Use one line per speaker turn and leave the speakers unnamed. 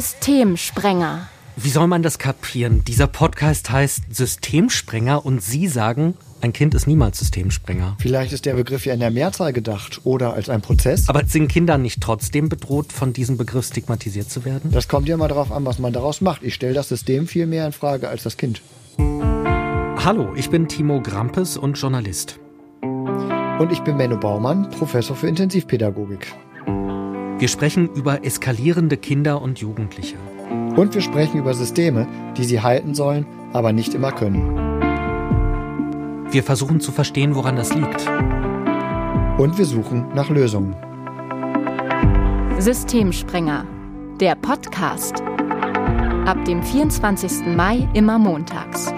Systemsprenger.
Wie soll man das kapieren? Dieser Podcast heißt Systemsprenger und Sie sagen, ein Kind ist niemals Systemsprenger.
Vielleicht ist der Begriff ja in der Mehrzahl gedacht oder als ein Prozess.
Aber sind Kinder nicht trotzdem bedroht, von diesem Begriff stigmatisiert zu werden?
Das kommt ja mal darauf an, was man daraus macht. Ich stelle das System viel mehr in Frage als das Kind.
Hallo, ich bin Timo Grampes und Journalist.
Und ich bin Menno Baumann, Professor für Intensivpädagogik.
Wir sprechen über eskalierende Kinder und Jugendliche.
Und wir sprechen über Systeme, die sie halten sollen, aber nicht immer können.
Wir versuchen zu verstehen, woran das liegt.
Und wir suchen nach Lösungen.
Systemsprenger. Der Podcast. Ab dem 24. Mai immer montags.